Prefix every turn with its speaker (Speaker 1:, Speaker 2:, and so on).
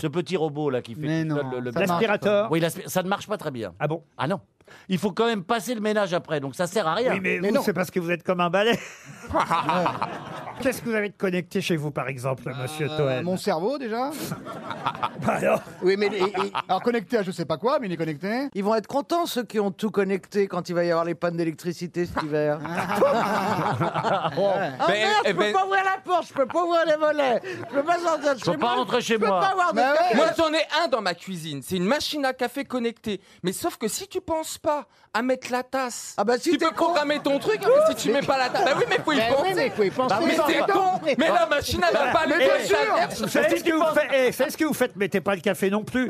Speaker 1: ce petit robot là qui fait
Speaker 2: Mais
Speaker 1: tout
Speaker 2: non,
Speaker 1: seul le, le
Speaker 2: ça marche L'aspirateur. pas.
Speaker 1: Oui, l'aspi- ça ne marche pas très bien.
Speaker 3: Ah bon
Speaker 1: Ah non. Il faut quand même passer le ménage après, donc ça sert à rien.
Speaker 3: Oui, mais, vous, c'est parce que vous êtes comme un balai. Qu'est-ce que vous avez de connecté chez vous, par exemple, monsieur Toen
Speaker 4: Mon cerveau déjà
Speaker 3: Bah alors,
Speaker 4: Oui, mais et- et- alors connecté à je sais pas quoi, mais il est connecté.
Speaker 5: Ils vont être contents ceux qui ont tout connecté quand il va y avoir les pannes d'électricité cet hiver. Ah
Speaker 6: Ben,
Speaker 5: merde,
Speaker 6: eh
Speaker 5: je peux
Speaker 6: ben-
Speaker 5: pas ouvrir la porte, je peux pas ouvrir les volets, je peux pas sortir de
Speaker 1: Je peux
Speaker 5: chez
Speaker 1: pas
Speaker 5: moi,
Speaker 1: rentrer chez
Speaker 5: je peux
Speaker 1: moi.
Speaker 5: pas avoir de
Speaker 4: Mais
Speaker 5: café.
Speaker 4: ouais.
Speaker 6: Moi, j'en ai un dans ma cuisine. C'est une machine à café connectée. Mais sauf que si tu penses pas à mettre la tasse,
Speaker 5: Ah bah, si
Speaker 6: tu
Speaker 5: t'es
Speaker 6: peux
Speaker 5: con.
Speaker 6: programmer ton truc. hein, mais si tu mets pas la tasse, bah oui, mais faut y
Speaker 4: Mais oui,
Speaker 6: penser.
Speaker 4: mais il faut y penser.
Speaker 6: mais
Speaker 4: Bah,
Speaker 6: t'es
Speaker 4: bah,
Speaker 6: con.
Speaker 4: bah,
Speaker 6: Mais la machine, elle va pas
Speaker 4: bien
Speaker 6: lever
Speaker 4: sûr.
Speaker 6: sa
Speaker 3: vous savez ce que vous faites Eh, vous savez ce que vous faites Mettez pas le café non plus.